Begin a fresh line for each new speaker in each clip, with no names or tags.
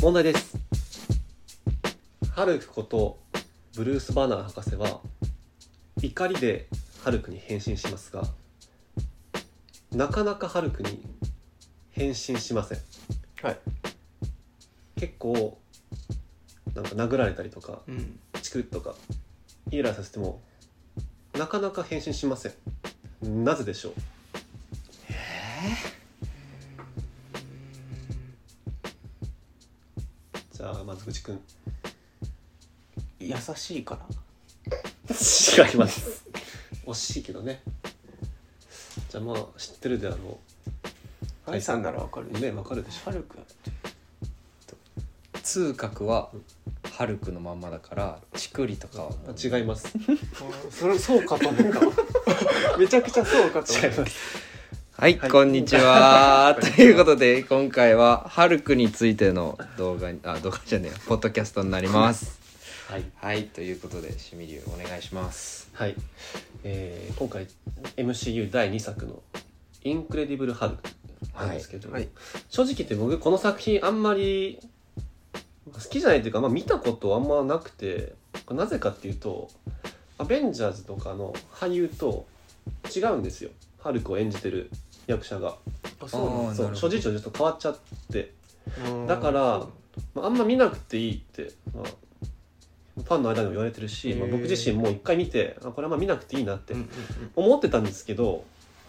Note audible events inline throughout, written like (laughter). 問題ですハルクことブルース・バーナー博士は怒りでハルクに変身しますがなかなかハルクに変身しません
はい、
結構なんか殴られたりとか
うん、
チクッとかイライラさせてもなかなか変身しませんなぜでしょうじゃあ松口くん違
優しいから
います惜しいけどねじゃあまあ知ってるであろ
愛さんならわかる
うねわかるでしょ
ハルク
通覚はハルクのまんまだからチクリとかはもう
あ違います
それそうかと思った (laughs) めちゃくちゃそうかと思
違
っ
い
た
ます
はい、
はい
こんにちはという (laughs) ことで今回はハルクについての動画にあ動画じゃねえやポッドキャストになります
はい
(laughs) はいということでしみりゅうお願いします
はい、えー今回 MCU 第2作の「インクレディブル・ハルク」なんですけれども、
はいはい
正直言って僕この作品あんまり好きじゃないというか、まあ、見たことあんまなくてこれなぜかっていうとアベンジャーズとかの俳優と違うんですよハルクを演じてる役者が
あ
そうなんだ
そう
なるほど
諸事情でちょっと変わっちゃって、
うん
だからまあ、あんま見なくていいって、まあファンの間でも言われてるし、まあ、
へー
僕自身も一回見てあこれあんま見なくていいなって
うんうん
思ってたんですけど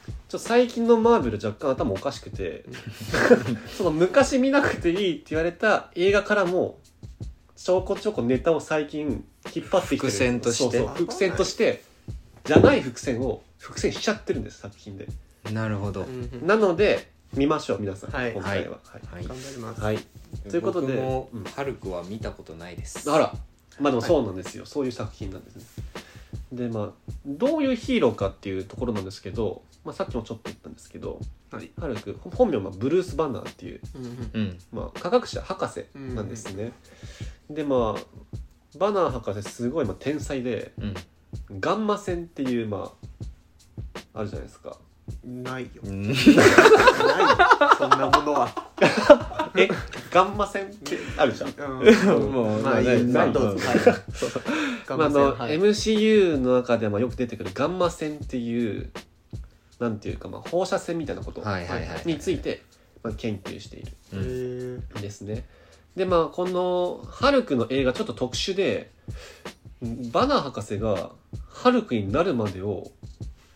ちょっと最近のマーベル若干頭おかしくてその昔見なくていいって言われた映画からもちょこちょこネタを最近引っ張ってきてる
伏線として
そうそう伏線としてじゃない伏線を伏線しちゃってるんです作品で
なるほど、
うんうんうん
なので見ましょう皆さん、
はい
今回はは
はい
頑張ります
い、はいということで
僕も
うん
ハルクは見たことないです
あらまあでもそうなんですよ、そういう作品なんですねでまあどういうヒーローかっていうところなんですけど、まあ、さっきもちょっと言ったんですけど
はい
ハルクほ本名はブルース・バンナーっていう、
うんうん
うん
まあ、科学者博士なんですね、でまあバナー博士すごいまあ天才で
うん
ガンマ線っていうまああるじゃないですか
ないよ
うん
ないよそんなものは
えガンマ線ってあるじゃん
うん
もう
まあいい
ない
まあどうぞ
ない
はい
まあ、あの、
はい
MCU の中でもよく出てくるガンマ線っていうなんていうか、まあ、放射線みたいなこと
はいはいはい
について、まあ、研究している
う
へ
ん
ー
んですね。でまあこのハルクの映画ちょっと特殊でバナー博士がハルクになるまでを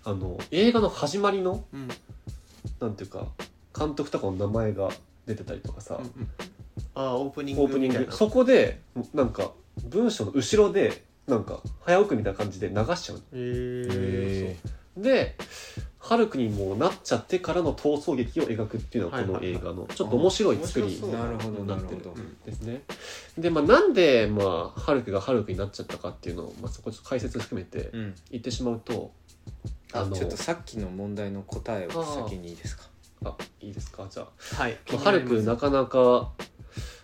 あの映画の始まりの
うん
なんていうか監督とかの名前が出てたりとかさ、
うんうんあオープニング
オープニン
みたい
グ
な
そこでなんか文章の後ろでなんか早送りみたいな感じで流しちゃう
へー
へ
でハルクにもうなっちゃってからの逃走劇を描くっていうのはこの
はいはい
映
はい
画のちょっと面白い作
面
り
白そ
ー
う
なるほどなる
なって
ほ
る
ど
うん
ですね。でまあなんでまあハルクがハルクになっちゃったかっていうのを、まあ、そこちょっと解説含めて
うん
言ってしまうとあ
あ
の
ちょっとさっきの問題の答えを先にいいですか
あいいですかじゃあ、
はい
まあ、ハルクなかなか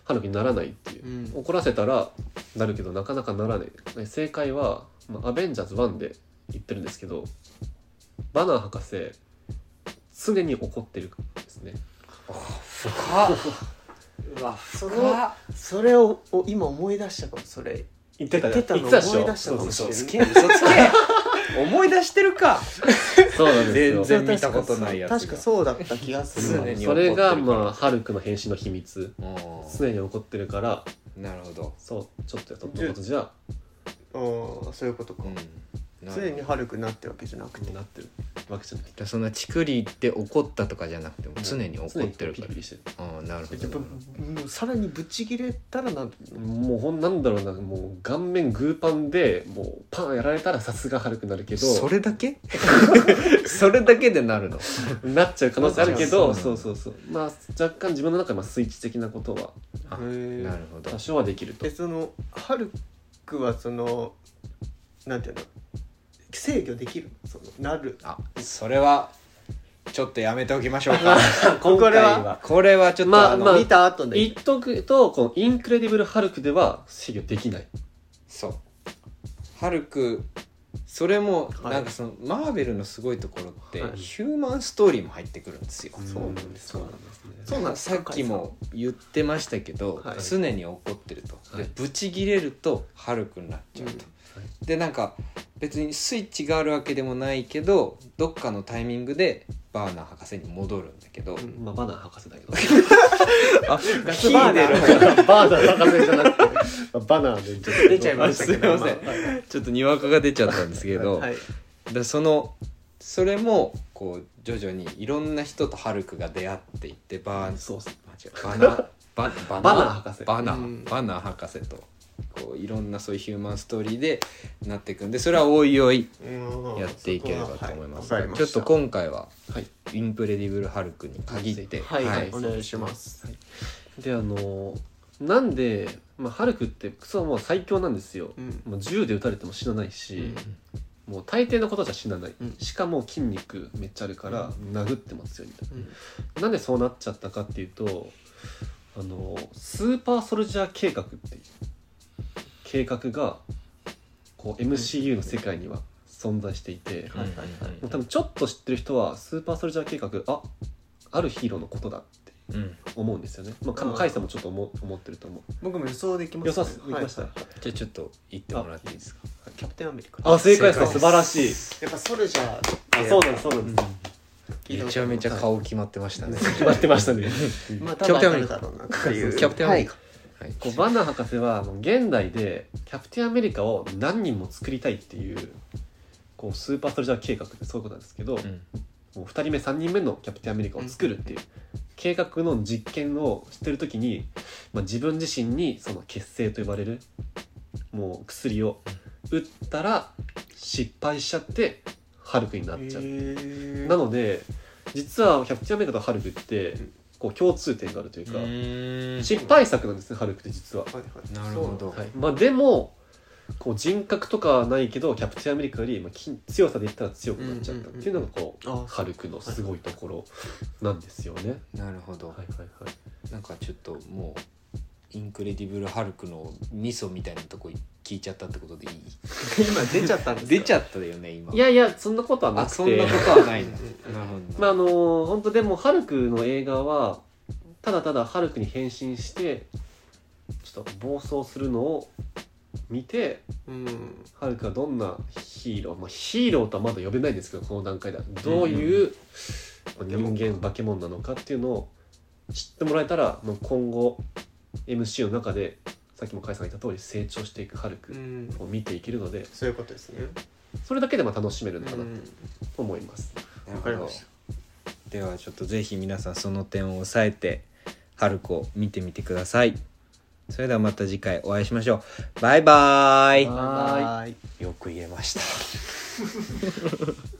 ハルクにならないっていう
う、ん
怒らせたらなるけどなかなかならないね正解は、まあ、アベンジャーズ1で言ってるんですけどバナー博士常に怒ってるんですね
深っ
うわその
深っ
それをお今思い出したかもそれ
言ってた
言ってたの
言ってたでしょ
思い出したかもし
嘘
れ
つ
ない
け嘘つけ (laughs) 思い出してるか
そうなんですよ
全然見たことないやつが
確かそうだった気がす
常
る
に
それがまあハルクの変身の秘密
う
常に怒ってるから
んなるほど、
そうちょっとやったことじゃ
うんそういうことか
うん、なるほ
常
ど
にハルクになってるわけじゃなくて
なってるわけじゃない
じゃあそんなチクリって怒ったとかじゃなくても常に怒って
常
る
にピ
か
リピリして
らああなるほ
や
ど
っぱもうさらにぶち切れたらなんて
るもうほんなんだろうなもう顔面グーパンでもうパンやられたらさすがハルクになるけど
それだけ (laughs) それだけでなるの
なっちゃう可能性あるけど
なっちゃ
そううそうそうまあ若干自分の中でまあスイッチ的なことは
あ
へえ
なるほど
多少はできると
えそのハルクはそのなんていうの制御できるそのなる
あそれはちょっとやめておきましょうか
今
これは
これはちょっと、
まあ
の
まあ
見た後で
言っとくとこの「インクレディブル・ハルク」では制御できない
そうハルクそれも
はい
なんかそのマーベルのすごいところって
はい
ヒューマンストーリーも入ってくるんですよ。
そうなんです
そうなん
ですね
そうなんです
さっきも言ってましたけど、
はい
常に怒ってると、
は
で
い
ブチギレるとハルクになっちゃうと、
うんは
でなんか別にスイッチがあるわけでもないけどどっかのタイミングでバーナー博士に戻るんだけど、
うん
まあバナー博士だけ
(laughs)
ど (laughs)
ガス
火
バーナ
出る
ー
バーナー博士じゃなくてバナーでちょっと
出ちゃいましたけど
すいません
あはい
ちょっとにわかが出ちゃったんですけど、
はい
でそのそれもこう徐々にいろんな人とハルクが出会っていってバー
そうっす
バナババ
バナー博士
バナー
うん
バナー博士とこういろんなそういうヒューマンストーリーでなっていくんでそれはおいおいやっていければと思います、
はいわかり
ちょ
ま
っ
し
と
た
今回は
はい
「インプレディブル・ハルク」に限って
はい、
は
はいい、お願いします。
であのなんで、まあ、ハルクって靴はもう最強なんですよ、
うん
もう銃で撃たれても死なないし、もう大抵のことじゃ死なない、
うん
しかも筋肉めっちゃあるから殴っても強いみたい
うん
ななんでそうなっちゃったかっていうとあのスーパーソルジャー計画っていう計画がこう MCU の世界には存在していて、
はいはいはい
もう多分ちょっと知ってる人はスーパーソルジャー計画ああるヒーローのことだって
うん
思うんですよね、まあ、か
うん
カイさんもちょっと思思ってると思
僕も予想でき
う
ま
よ
す
さできました、
はい
じゃあちょっと言ってもらっていいですか
キャプテンアメリカ。
あ正解ですね
正
素
解
晴
で
ら
す
しい
やっぱソルジャー
あそうなんですそうなんです、
聞いたことある
めちゃめちゃ顔決まってましたね
決まってましたね
まあ、
キ
キャ
ャプ
プテンア
テンアメ
メ
リ
リ
カ
カ
キャプテンアメリカ、はい
こうバナー博士はもう現代でキャプテンアメリカを何人も作りたいっていうこうスーパーソルジャー計画ってそういうことなんですけど、
うん
もう2人目3人目のキャプテンアメリカを作るっていう計画の実験をしてる時に、まあ、自分自身にその血清と呼ばれるもう薬を打ったら失敗しちゃってハルクになっちゃう。なので実はキャプテンアメリカとハルクって
うん
こう共通点があるというか、
うん
失敗作なんですねハルクって実は。
なるほど
はいまあ、でもこう人格とかはないけどキャプテンアメリカよりまあき強さで言ったら強くなっちゃったっていうのがこう、
うんうんうんあ
ハルクのすごいところなんですよね。
なるほど、
はいはいはい
なんかちょっともうインクレディブル・ハルクの味噌みたいなとこ聞いちゃったってことでいい
今出ちゃったんです
出ちゃったよね今
いやいやそんなことはな
あ
く
そんな
て
ことはない
うん
ななるほど
まああのー本当でもハルクの映画はただただハルクに変身してちょっと暴走するのを見て
うん
ハルクはどんなヒーロー、まあ、ヒーローとはまだ呼べないんですけどこの段階ではどういうまあ人間化け物なのかっていうのを知ってもらえたらもう今後 MC の中でさっきも甲斐さんが言った通り成長していくハル
う
ク
ん
を見ていけるので
そういうことですね
それだけでも楽しめるのか
う
なんと思います。
なる
わか
ほ
り
ど
ました
ではちょっとぜひ皆さんその点を押さえてハルクを見てみてくださいそれではまた次回お会いしましょうバイバーイ
はーい
ーい
よく言えました